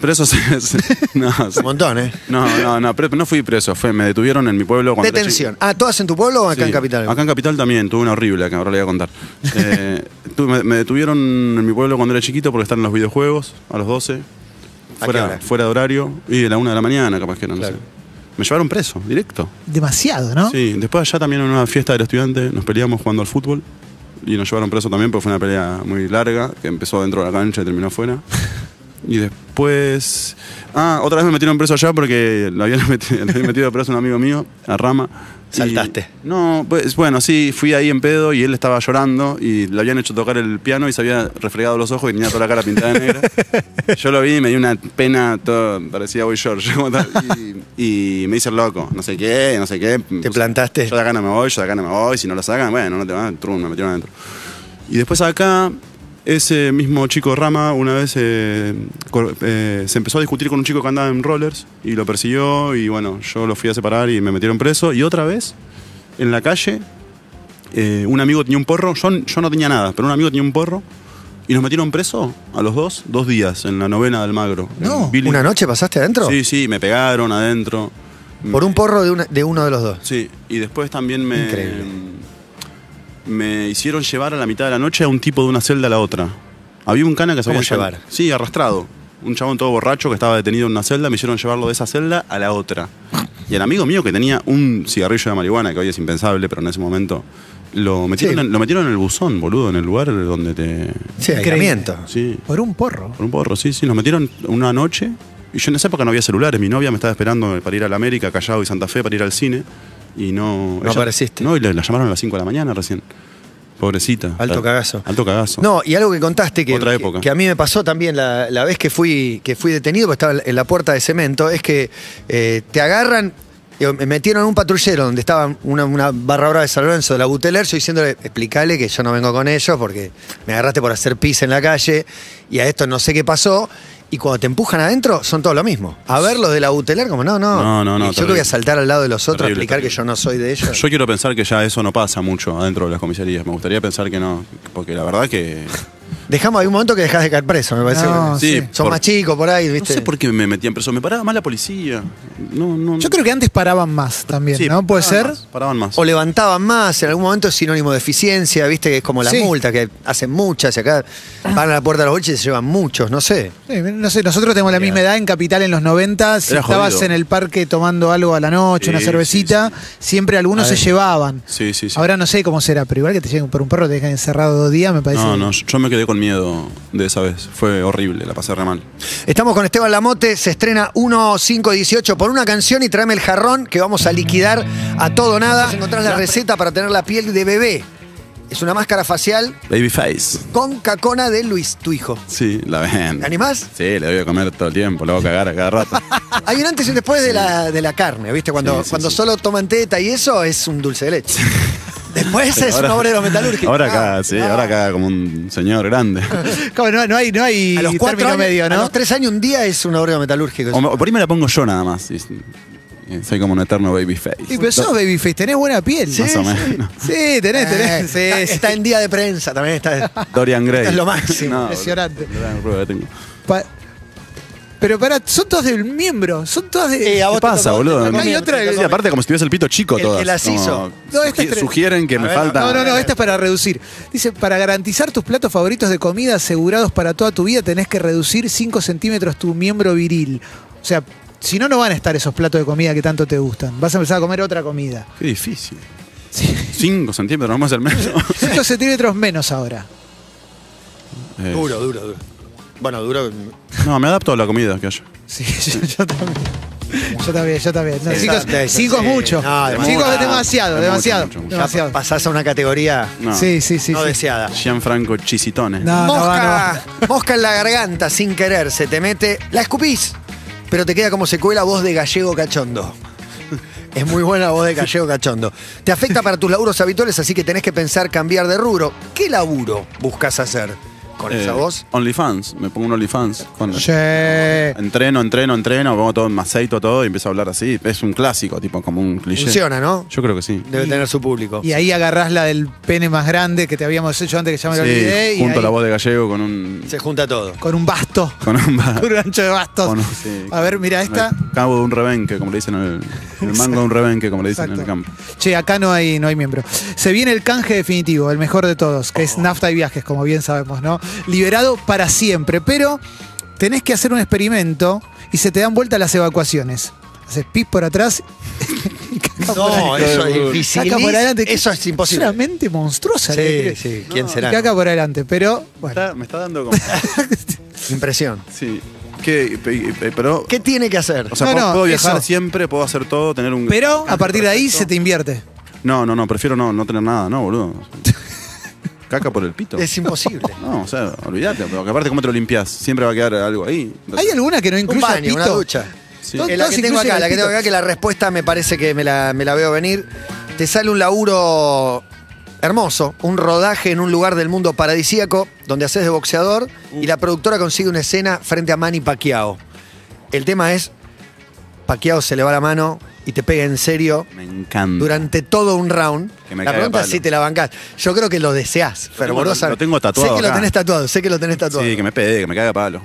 Speaker 3: Pero eso se- se- no,
Speaker 2: Un montón, ¿eh?
Speaker 3: no, no, no, pero no fui preso, fue, me detuvieron en mi pueblo cuando era
Speaker 2: Detención. Ah, ¿todas en tu pueblo o acá
Speaker 3: Sí.
Speaker 2: en Capital?
Speaker 3: Acá en Capital también, tuve una horrible que ahora le voy a contar. Eh, tu- me, me detuvieron en mi pueblo cuando era chiquito porque estaban en los videojuegos a los 12,
Speaker 2: qué hora?
Speaker 3: fuera, fuera de horario, y de la 1 de la mañana capaz que eran, no
Speaker 2: Claro.
Speaker 3: sé. Me llevaron preso, directo.
Speaker 4: Demasiado, ¿no?
Speaker 3: Sí, después allá también en una fiesta del estudiante nos peleamos jugando al fútbol y nos llevaron preso también porque fue una pelea muy larga que empezó dentro de la cancha y terminó afuera. Y después. Ah, otra vez me metieron preso allá porque lo habían metido, le habían metido preso a un amigo mío, a Rama. y-
Speaker 2: Saltaste.
Speaker 3: no, pues bueno, sí, fui ahí en pedo y él estaba llorando y le habían hecho tocar el piano y se había refregado los ojos y tenía toda la cara pintada de negra. Yo lo vi y me dio una pena, todo, parecía Boy George. como tal, Y, y me hice el loco, no sé qué, no sé qué.
Speaker 2: ¿Te plantaste?
Speaker 3: Yo de acá no me voy, yo de acá no me voy, si no la sacan, bueno, no te van, trum, me metieron adentro. Y después acá, ese mismo chico Rama una vez eh, cor- eh, se empezó a discutir con un chico que andaba en rollers y lo persiguió y bueno, yo lo fui a separar y me metieron preso. Y otra vez, en la calle, eh, un amigo tenía un porro, yo, yo no tenía nada, pero un amigo tenía un porro y nos metieron preso a los dos, dos días, en la novena del Magro.
Speaker 4: No,
Speaker 3: En Billy-
Speaker 2: ¿Una noche pasaste adentro?
Speaker 3: Sí, sí, me pegaron adentro.
Speaker 2: Por
Speaker 3: Me-
Speaker 2: un porro de, una- de uno de los dos.
Speaker 3: Sí, y después también me.
Speaker 2: Increíble.
Speaker 3: Me hicieron llevar a la mitad de la noche a un tipo de una celda a la otra. Había un cana que se
Speaker 2: ¿Cómo
Speaker 3: había-
Speaker 2: llevar?
Speaker 3: Sí, arrastrado. Un chabón todo borracho que estaba detenido en una celda, me hicieron llevarlo de esa celda a la otra. Y el amigo mío que tenía un cigarrillo de marihuana, que hoy es impensable, pero en ese momento. Lo metieron,
Speaker 2: Sí.
Speaker 3: en, lo metieron en el buzón, boludo, en el lugar donde te.
Speaker 2: Sí,
Speaker 4: Increíble.
Speaker 2: aislamiento.
Speaker 3: Sí.
Speaker 4: Por un porro.
Speaker 3: Por un porro, sí, sí. Nos metieron una noche. Y yo en esa época no había celulares. Mi novia me estaba esperando para ir a la América, Callao y Santa Fe, para ir al cine. Y no.
Speaker 2: No apareciste.
Speaker 3: No, y la, la llamaron a las 5 de la mañana recién. Pobrecita.
Speaker 2: Alto
Speaker 3: La-
Speaker 2: cagazo.
Speaker 3: Alto cagazo.
Speaker 2: No, y algo que contaste que,
Speaker 3: Otra época.
Speaker 2: que, que a mí me pasó también la, la vez que fui, que fui detenido, porque estaba en la puerta de cemento, es que eh, te agarran, digo, me metieron en un patrullero donde estaba una, una barra brava de San Lorenzo de la Butelercio diciéndole, explicale que yo no vengo con ellos porque me agarraste por hacer pis en la calle y a esto no sé qué pasó. Y cuando te empujan adentro, son todo lo mismo. A ver los de la Buteler, como no, no.
Speaker 3: No, no, no,
Speaker 2: Y yo que voy
Speaker 3: terrible.
Speaker 2: a saltar al lado de los otros,
Speaker 3: Terrible,
Speaker 2: explicar
Speaker 3: terrible.
Speaker 2: que yo no soy de ellos.
Speaker 3: Yo quiero pensar que ya eso no pasa mucho adentro de las comisarías. Me gustaría pensar que no. Porque la verdad que.
Speaker 2: Dejamos, hay un momento que dejas de caer preso, me parece.
Speaker 4: No, sí.
Speaker 2: Son
Speaker 3: por-
Speaker 2: más chicos por ahí,
Speaker 3: No
Speaker 2: ¿viste?
Speaker 3: sé por qué me metían preso. Me paraba más la policía. No, no.
Speaker 4: Yo creo que antes paraban más también,
Speaker 3: Sí,
Speaker 4: Ah, ¿no? Puede
Speaker 3: paraban
Speaker 4: ser.
Speaker 3: más, paraban más.
Speaker 2: O levantaban más, en algún momento es sinónimo de eficiencia, viste que es como las
Speaker 4: Sí.
Speaker 2: multas, que hacen muchas y acá van a la puerta de los bolches y se llevan muchos, no sé.
Speaker 4: Sí, no sé, nosotros tenemos la misma edad en Capital en los 90. Si
Speaker 3: Era
Speaker 4: estabas
Speaker 3: jodido.
Speaker 4: en el parque tomando algo a la noche,
Speaker 3: Sí,
Speaker 4: una cervecita,
Speaker 3: sí,
Speaker 4: siempre algunos se llevaban.
Speaker 3: Sí, sí, sí.
Speaker 4: Ahora no sé cómo será, pero igual que te lleguen por un perro, te dejan encerrado dos días, me parece.
Speaker 3: no, no, yo me quedé con miedo de esa vez. Fue horrible, la pasé re mal.
Speaker 2: Estamos con Esteban Lamote, se estrena 1518 por una canción y tráeme el jarrón que vamos a liquidar a todo o nada. Encontrás la receta para tener la piel de bebé. Es una máscara facial
Speaker 3: Babyface.
Speaker 2: con cacona de Luis, tu hijo.
Speaker 3: Sí, la ven.
Speaker 2: ¿Te animás?
Speaker 3: Sí, le doy a comer todo el tiempo, le hago cagar a cada rato.
Speaker 2: Hay un antes y un después de la, de la carne, ¿viste? Cuando,
Speaker 3: Sí, sí,
Speaker 2: cuando
Speaker 3: sí.
Speaker 2: solo toman teta y eso es un dulce de leche. Después es
Speaker 3: Ahora-
Speaker 2: un obrero metalúrgico.
Speaker 3: Ahora
Speaker 2: Ah,
Speaker 3: caga, sí,
Speaker 2: ah.
Speaker 3: ahora caga como un señor grande.
Speaker 4: Como no, no hay, no hay
Speaker 2: a los cuatro
Speaker 4: término
Speaker 2: años,
Speaker 4: medio,
Speaker 2: A
Speaker 4: ¿no?
Speaker 2: los tres años, un día es un obrero metalúrgico. Eh,
Speaker 3: O, me- por ahí me la pongo yo nada más. y- y soy como un eterno babyface.
Speaker 4: Sí, pero sos
Speaker 3: Do-
Speaker 4: babyface, tenés buena piel.
Speaker 3: Más o menos.
Speaker 4: Sí,
Speaker 2: Eh,
Speaker 4: tenés, tenés. sí,
Speaker 2: está,
Speaker 4: sí.
Speaker 2: está en día de prensa también. Está,
Speaker 3: Dorian Gray.
Speaker 2: Es lo máximo,
Speaker 3: No,
Speaker 4: impresionante.
Speaker 3: boludo, gran prueba que tengo.
Speaker 4: Pa- pero pará, son todas del miembro, son todas de.
Speaker 2: Eh, a vos te
Speaker 3: ¿Qué pasa,
Speaker 2: tocó- te
Speaker 3: boludo?
Speaker 2: tocó
Speaker 3: No-
Speaker 2: bien,
Speaker 4: Hay otra-
Speaker 2: te
Speaker 3: Y
Speaker 2: tocó bien.
Speaker 3: aparte, como si tuviese el pito chico
Speaker 2: El que
Speaker 3: todas.
Speaker 2: las
Speaker 3: como-
Speaker 2: hizo. este
Speaker 4: No, esta es
Speaker 3: sugi-
Speaker 4: tre-
Speaker 3: sugieren que
Speaker 2: A
Speaker 3: me
Speaker 2: ver,
Speaker 3: falta. eh,
Speaker 4: No, no, no,
Speaker 2: este-
Speaker 4: esta es para reducir. Dice, para garantizar tus platos favoritos de comida asegurados para toda tu vida, tenés que reducir 5 centímetros tu miembro viril. O sea, si no, no van a estar esos platos de comida que tanto te gustan. Vas a empezar a comer otra comida.
Speaker 3: Qué difícil.
Speaker 4: Sí.
Speaker 3: 5 centímetros, no más el menos.
Speaker 4: 5 centímetros menos ahora.
Speaker 3: Eh,
Speaker 2: Duro, duro, duro. Bueno, duro.
Speaker 3: No, me adapto a la comida que haya.
Speaker 4: Sí, yo, yo también. Yo también, yo también. No,
Speaker 2: Exacto,
Speaker 4: cinco,
Speaker 2: eso,
Speaker 4: cinco
Speaker 2: sí.
Speaker 4: es mucho.
Speaker 2: No, es
Speaker 4: cinco
Speaker 2: mucho.
Speaker 4: es demasiado,
Speaker 3: Es mucho,
Speaker 4: demasiado.
Speaker 3: mucho, mucho.
Speaker 4: demasiado.
Speaker 2: Pasás a una categoría
Speaker 3: No.
Speaker 4: Sí, sí, sí.
Speaker 2: no
Speaker 4: sí.
Speaker 2: deseada.
Speaker 3: Gianfranco Chisitone.
Speaker 4: No, no va, no
Speaker 2: mosca,
Speaker 4: va.
Speaker 2: mosca en la garganta sin querer, se te mete, la escupís, pero te queda como secuela voz de gallego cachondo. Es muy buena la voz de gallego cachondo. Te afecta para tus laburos habituales, así que tenés que pensar cambiar de rubro. ¿Qué laburo buscas hacer con
Speaker 3: Eh,
Speaker 2: esa voz?
Speaker 3: OnlyFans, me pongo un OnlyFans. Cuando
Speaker 4: Sí.
Speaker 3: Entreno, entreno, entreno, pongo todo en aceito, todo y empiezo a hablar así. Es un clásico, tipo como un cliché.
Speaker 2: Funciona, ¿no?
Speaker 3: Yo creo que sí.
Speaker 2: Debe tener su público.
Speaker 4: Y ahí agarrás la del pene más grande que te habíamos hecho antes que ya me lo olvidé.
Speaker 3: Sí,
Speaker 4: y
Speaker 3: junto a
Speaker 4: ahí
Speaker 3: la voz de gallego con un.
Speaker 2: Se junta todo.
Speaker 4: Con un basto.
Speaker 3: Con un.
Speaker 4: Con un ancho de bastos.
Speaker 3: con un- sí.
Speaker 4: A ver, mira esta.
Speaker 3: Con el Cabo de un rebenque, como le dicen en el. El mango de un rebenque, como le dicen en el
Speaker 4: Exacto.
Speaker 3: campo.
Speaker 4: Che, acá no hay, no hay miembro. Se viene el canje definitivo, el mejor de todos, que
Speaker 2: Oh.
Speaker 4: es nafta y viajes, como bien sabemos, ¿no? Liberado para siempre, pero tenés que hacer un experimento y se te dan vuelta las evacuaciones. Haces pis por atrás y caca por
Speaker 2: No,
Speaker 4: adelante.
Speaker 2: eso
Speaker 3: Caca
Speaker 2: es
Speaker 3: por
Speaker 2: difícil.
Speaker 4: Caca por adelante.
Speaker 2: Eso es
Speaker 4: Es una
Speaker 2: imposible.
Speaker 4: mente monstruosa.
Speaker 2: Sí,
Speaker 4: le-
Speaker 2: sí. ¿Quién
Speaker 4: Y
Speaker 2: será?
Speaker 4: Caca por adelante, pero bueno.
Speaker 3: Está- me está dando como.
Speaker 2: Impresión.
Speaker 3: sí. Que, pe- pe- pero.
Speaker 2: ¿Qué tiene que hacer?
Speaker 3: O sea,
Speaker 4: No,
Speaker 3: puedo,
Speaker 4: no,
Speaker 3: puedo viajar
Speaker 4: eso.
Speaker 3: siempre, puedo hacer todo, tener un.
Speaker 4: Pero a partir de ahí se te invierte.
Speaker 3: No, no, no, prefiero no, no tener nada, no, boludo. Caca por el pito.
Speaker 2: Es imposible.
Speaker 3: No, o sea, olvídate, porque aparte, ¿cómo te lo limpias? Siempre va a quedar algo ahí.
Speaker 4: ¿Hay alguna que no
Speaker 2: Un
Speaker 4: incluya
Speaker 2: baño, una
Speaker 4: pito?
Speaker 2: ducha.
Speaker 3: Sí.
Speaker 4: Todo-
Speaker 2: Eh, la
Speaker 4: Todas
Speaker 2: que tengo
Speaker 4: incluyen
Speaker 2: acá, la
Speaker 4: el
Speaker 2: que tengo
Speaker 4: pito.
Speaker 2: acá, que la respuesta me parece que me la, me la veo venir. Te sale un laburo hermoso, un rodaje en un lugar del mundo paradisíaco, donde haces de boxeador y la productora consigue una escena frente a Manny Pacquiao. El tema es, Pacquiao se le va la mano y te pega en serio
Speaker 3: Me encanta.
Speaker 2: durante todo un round.
Speaker 3: Mm. Que me
Speaker 2: la
Speaker 3: caiga
Speaker 2: pregunta es
Speaker 3: palo.
Speaker 2: si te la bancás. Yo creo que lo deseás,
Speaker 3: tengo-
Speaker 2: fervorosa.
Speaker 3: lo tengo tatuado
Speaker 2: Sé que lo
Speaker 3: acá.
Speaker 2: tenés tatuado, sé que lo tenés tatuado.
Speaker 3: Sí, que me pegue, que me caiga palo.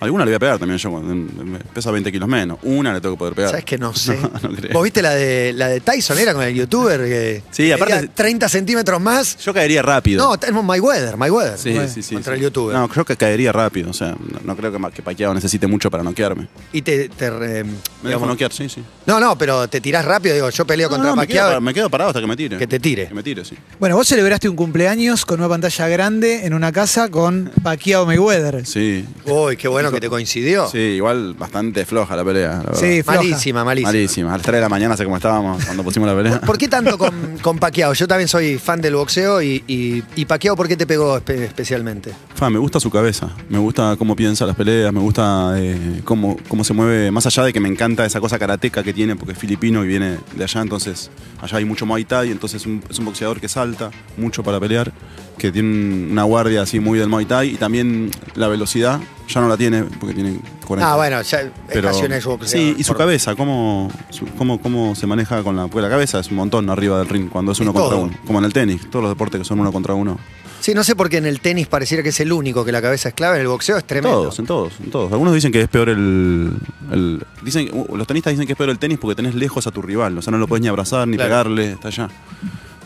Speaker 3: Alguna le voy a pegar también yo, cuando me pesa 20 kilos menos. Una le tengo que poder pegar.
Speaker 2: ¿Sabes que no sé?
Speaker 3: No, no creo.
Speaker 2: ¿Vos viste la de, la de Tyson, era con el youtuber? Que
Speaker 3: Sí, aparte-
Speaker 2: medía 30 centímetros más.
Speaker 3: Yo caería rápido.
Speaker 2: No, tenemos My Weather, My Weather.
Speaker 3: sí,
Speaker 2: Bueno,
Speaker 3: sí, sí.
Speaker 2: Contra
Speaker 3: sí.
Speaker 2: el youtuber.
Speaker 3: No, creo que caería rápido. O sea, no, no creo que, ma- que Pacquiao necesite mucho para noquearme.
Speaker 2: Y te. te, eh,
Speaker 3: Me dejo
Speaker 2: digamos-
Speaker 3: noquear, sí, sí.
Speaker 2: no, no, pero te tirás rápido. Digo, yo peleo
Speaker 3: No,
Speaker 2: contra
Speaker 3: no, me,
Speaker 2: Pacquiao.
Speaker 3: quedo, me quedo parado hasta que me tire.
Speaker 2: Que te tire.
Speaker 3: Que me tire, sí.
Speaker 4: Bueno, vos celebraste un cumpleaños con una pantalla grande en una casa con Pacquiao Mayweather.
Speaker 3: Sí.
Speaker 2: Uy, qué bueno que te coincidió.
Speaker 3: Sí, igual bastante floja la pelea. La
Speaker 4: Sí,
Speaker 3: verdad.
Speaker 4: floja.
Speaker 2: Malísima, malísima.
Speaker 3: malísima. A las 3 de la mañana, sé cómo estábamos cuando pusimos la pelea.
Speaker 2: ¿Por qué tanto con, con Pacquiao? Yo también soy fan del boxeo y, y, y Pacquiao, ¿por qué te pegó espe- especialmente?
Speaker 3: Fa, me gusta su cabeza, me gusta cómo piensa las peleas, me gusta eh, cómo, cómo se mueve, más allá de que me encanta esa cosa karateca que tiene, porque es filipino y viene de allá, entonces allá hay mucho Muay Thai, entonces un- es un boxeador que salta mucho para pelear, que tiene un- una guardia así muy del Muay Thai y también la velocidad, ya no la tiene, porque tiene 40.
Speaker 2: Ah, bueno, ya estaciones boxeo.
Speaker 3: Sí, y su
Speaker 2: por-
Speaker 3: cabeza, cómo, su- cómo, cómo se maneja con la... Porque la cabeza es un montón arriba del ring cuando es uno
Speaker 2: Es
Speaker 3: contra
Speaker 2: todo.
Speaker 3: uno, como en el tenis, todos los deportes que son uno contra uno.
Speaker 2: Sí, no sé por qué en el tenis pareciera que es el único que la cabeza es clave, en el boxeo es tremendo.
Speaker 3: Todos, en todos, en todos. Algunos dicen que es peor el, el- dicen uh, los tenistas dicen que es peor el tenis porque tenés lejos a tu rival, o sea, no lo podés ni abrazar ni
Speaker 2: Claro.
Speaker 3: pegarle, está allá.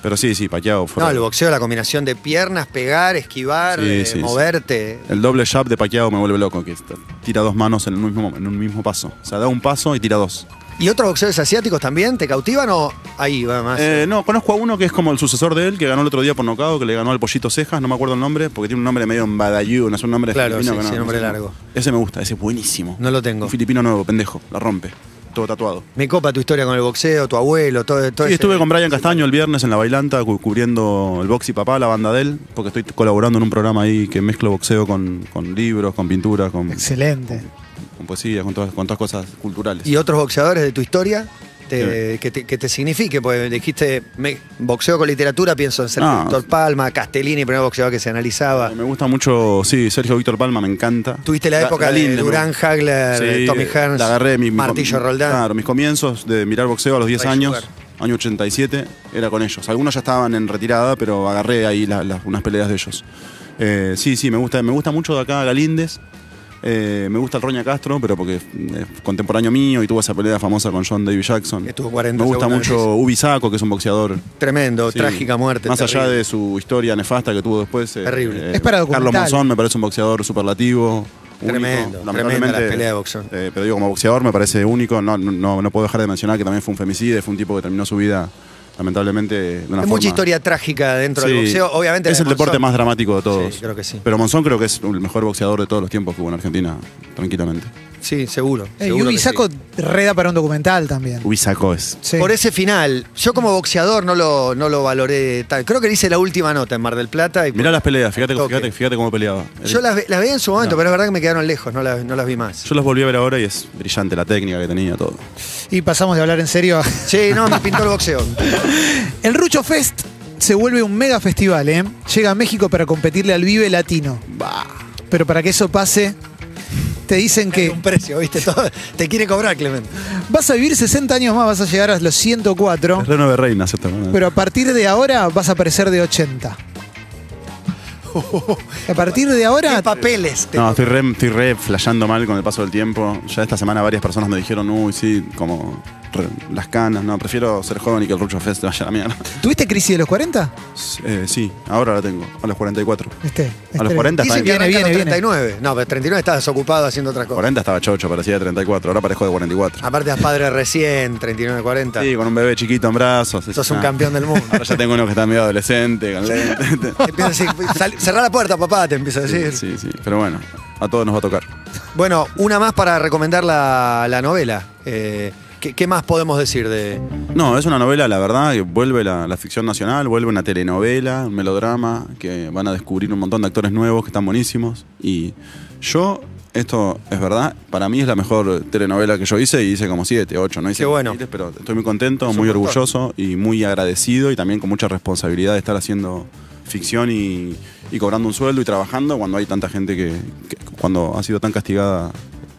Speaker 3: Pero sí, sí, Pacquiao fue
Speaker 2: No, el boxeo, la combinación de piernas, pegar, esquivar,
Speaker 3: Sí,
Speaker 2: eh,
Speaker 3: sí, sí.
Speaker 2: moverte.
Speaker 3: el doble jab de Pacquiao me vuelve loco, que está- tira dos manos en un mismo en un mismo paso. O sea, da un paso y tira dos.
Speaker 2: ¿Y otros boxeadores asiáticos también te cautivan o ahí va más?
Speaker 3: Eh, no, conozco a uno que es como el sucesor de él, que ganó el otro día por nocao, que le ganó al Pollito Cejas, no me acuerdo el nombre, porque tiene un nombre medio en Badayu, no es un nombre
Speaker 2: Claro,
Speaker 3: filipino.
Speaker 2: sí,
Speaker 3: que no-
Speaker 2: sí,
Speaker 3: no
Speaker 2: nombre
Speaker 3: sé cómo.
Speaker 2: largo.
Speaker 3: Ese me gusta, ese es buenísimo.
Speaker 2: No lo tengo.
Speaker 3: Un filipino nuevo, pendejo, la rompe. Todo tatuado.
Speaker 2: Me copa tu historia con el boxeo, tu abuelo, todo, todo
Speaker 3: Sí,
Speaker 2: ese-
Speaker 3: estuve con Brian Castaño el viernes en la bailanta cu- cubriendo el box y papá, la banda de él, porque estoy colaborando en un programa ahí que mezclo boxeo con, con libros, con pinturas, con,
Speaker 4: Excelente.
Speaker 3: con poesía, con todas, con todas cosas culturales.
Speaker 2: ¿Y otros boxeadores de tu historia? te- que, te, que te signifique, porque dijiste me- boxeo con literatura, pienso en Sergio
Speaker 3: No.
Speaker 2: Víctor Palma, Castellini, primer boxeador que se analizaba.
Speaker 3: Me gusta mucho, sí, Sergio Víctor Palma, me encanta.
Speaker 2: Tuviste la
Speaker 3: Ga-
Speaker 2: época
Speaker 3: Galín,
Speaker 2: de
Speaker 3: me
Speaker 2: Durán
Speaker 3: gusta.
Speaker 2: Hagler,
Speaker 3: Sí, eh,
Speaker 2: Tommy Hearns,
Speaker 3: la agarré, mi- mi-
Speaker 2: Martillo
Speaker 3: mi-
Speaker 2: Roldán.
Speaker 3: Claro, mis comienzos de mirar boxeo a los 10
Speaker 2: Ray
Speaker 3: años,
Speaker 2: Sugar.
Speaker 3: año 87, era con ellos. Algunos ya estaban en retirada, pero agarré ahí la- las- unas peleas de ellos. Eh, sí, sí, me gusta, me gusta mucho de acá Galíndez. Eh, me gusta el Roña Castro, pero porque mm, es contemporáneo mío y tuvo esa pelea famosa con John David Jackson.
Speaker 2: Estuvo 40
Speaker 3: me gusta
Speaker 2: segundos,
Speaker 3: mucho Ubi Saco, que es un boxeador.
Speaker 2: Tremendo,
Speaker 3: Sí.
Speaker 2: trágica muerte.
Speaker 3: Más allá
Speaker 2: terrible.
Speaker 3: de su historia nefasta que tuvo después. eh,
Speaker 2: Terrible.
Speaker 3: eh,
Speaker 4: Es para
Speaker 3: Carlos
Speaker 4: documental.
Speaker 3: Monzón me parece un boxeador superlativo. único.
Speaker 2: Tremendo,
Speaker 3: Lamentablemente,
Speaker 2: tremenda la pelea de boxeo.
Speaker 3: eh, pero digo, como boxeador me parece único. No, no, no puedo dejar de mencionar que también fue un femicida, fue un tipo que terminó su vida lamentablemente, de
Speaker 2: Hay
Speaker 3: una forma-
Speaker 2: mucha historia trágica dentro del
Speaker 3: Sí.
Speaker 2: boxeo. Obviamente. la
Speaker 3: Es
Speaker 2: de
Speaker 3: el deporte
Speaker 2: Monzón.
Speaker 3: más dramático de todos.
Speaker 2: Sí, creo que sí.
Speaker 3: Pero Monzón creo que es el mejor boxeador de todos los tiempos que hubo en Argentina, tranquilamente.
Speaker 2: Sí, seguro.
Speaker 4: Eh,
Speaker 2: seguro que
Speaker 4: Yubi
Speaker 2: sí.
Speaker 4: Saco reda para un documental también.
Speaker 3: Ubisaco es.
Speaker 4: Sí.
Speaker 2: Por ese final, yo como boxeador no lo, no lo valoré tal. Creo que le hice la última nota en Mar del Plata. Y
Speaker 3: Mirá las peleas, fíjate,
Speaker 2: Toque.
Speaker 3: fíjate, fíjate cómo peleaba.
Speaker 2: Yo las, ve- las veía en su momento,
Speaker 3: No.
Speaker 2: pero es verdad que me quedaron lejos, no las, no las vi más.
Speaker 3: Yo las volví a ver ahora y es brillante la técnica que tenía, todo.
Speaker 4: Y pasamos de hablar en serio. a-
Speaker 2: Sí, no, me pintó el boxeo.
Speaker 4: El Rucho Fest se vuelve un mega festival, ¿eh? Llega a México para competirle al Vive Latino. Pero para que eso pase, te dicen que
Speaker 2: Un precio, ¿viste? Todo- te quiere cobrar, Clemente.
Speaker 4: vas a vivir 60 años más, vas a llegar a los 104,
Speaker 3: Es Reno de Reina, ¿cierto?
Speaker 4: pero a partir de ahora vas a aparecer de 80. A partir de ahora,
Speaker 2: ¿Qué papeles? te-
Speaker 3: No, estoy re, estoy re flasheando mal con el paso del tiempo. Ya esta semana varias personas me dijeron, uy, sí, como re- las canas, no, prefiero ser joven y que el Rucho Fest vaya a la mierda.
Speaker 4: ¿tuviste crisis de los 40?
Speaker 3: Eh, sí, ahora la tengo, a los 44.
Speaker 4: Este,
Speaker 3: A
Speaker 4: este-
Speaker 3: los 40
Speaker 2: Dicen
Speaker 3: estaba,
Speaker 2: que
Speaker 4: Viene,
Speaker 2: arranca a los
Speaker 4: viene, viene.
Speaker 2: 39. No, pero 39 estás ocupado haciendo otras cosas.
Speaker 3: 40 estaba chocho, parecía de 34, ahora parezco de 44.
Speaker 2: Aparte, las padres recién, 39, 40.
Speaker 3: Sí, con un bebé chiquito en brazos.
Speaker 2: Sos un
Speaker 3: Ah.
Speaker 2: campeón del mundo.
Speaker 3: Ahora ya tengo uno que está medio adolescente, con lentes.
Speaker 2: Empieza a decir, "Sal- cerrá la puerta, papá, te empieza a decir.
Speaker 3: Sí, sí, pero bueno, a todos nos va a tocar.
Speaker 2: Bueno, una más para recomendar la, la novela. Eh, ¿qué, qué más podemos decir de.?
Speaker 3: No, es una novela, la verdad, que vuelve la, la ficción nacional, vuelve una telenovela, un melodrama, que van a descubrir un montón de actores nuevos que están buenísimos. Y yo, esto es verdad, para mí es la mejor telenovela que yo hice y hice como siete, ocho, no hice
Speaker 2: Qué bueno.
Speaker 3: siete, pero estoy muy contento,
Speaker 2: Es un
Speaker 3: muy
Speaker 2: montón.
Speaker 3: orgulloso y muy agradecido y también con mucha responsabilidad de estar haciendo ficción y, y cobrando un sueldo y trabajando cuando hay tanta gente que, que- cuando ha sido tan castigada,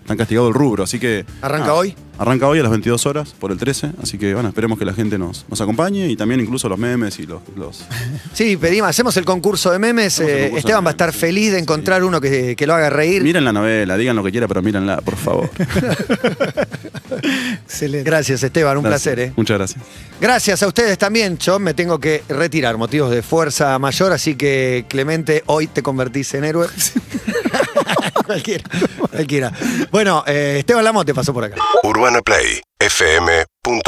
Speaker 3: tan castigado el rubro. Así que
Speaker 2: ¿Arranca
Speaker 3: nada.
Speaker 2: hoy?
Speaker 3: Ah. Arranca hoy a las 22 horas por el 13, así que bueno, esperemos que la gente nos, nos acompañe y también incluso los memes y los... los-
Speaker 2: Sí, pedimos, hacemos el concurso de memes.
Speaker 3: Hacemos el
Speaker 2: eh,
Speaker 3: concurso de
Speaker 2: Esteban va a estar
Speaker 3: memes, sí,
Speaker 2: feliz de encontrar uno que, que lo haga reír.
Speaker 3: Miren la novela, digan lo que quieran, pero mírenla, por favor.
Speaker 4: Excelente.
Speaker 2: Gracias, Esteban, un
Speaker 3: Gracias.
Speaker 2: placer. ¿eh?
Speaker 3: Muchas gracias.
Speaker 2: Gracias a ustedes también. Yo me tengo que retirar, motivos de fuerza mayor, así que Clemente, hoy te convertís en héroe. cualquiera, cualquiera. Bueno, eh, Esteban Lamote pasó por acá.
Speaker 1: UrbanaPlayFM.com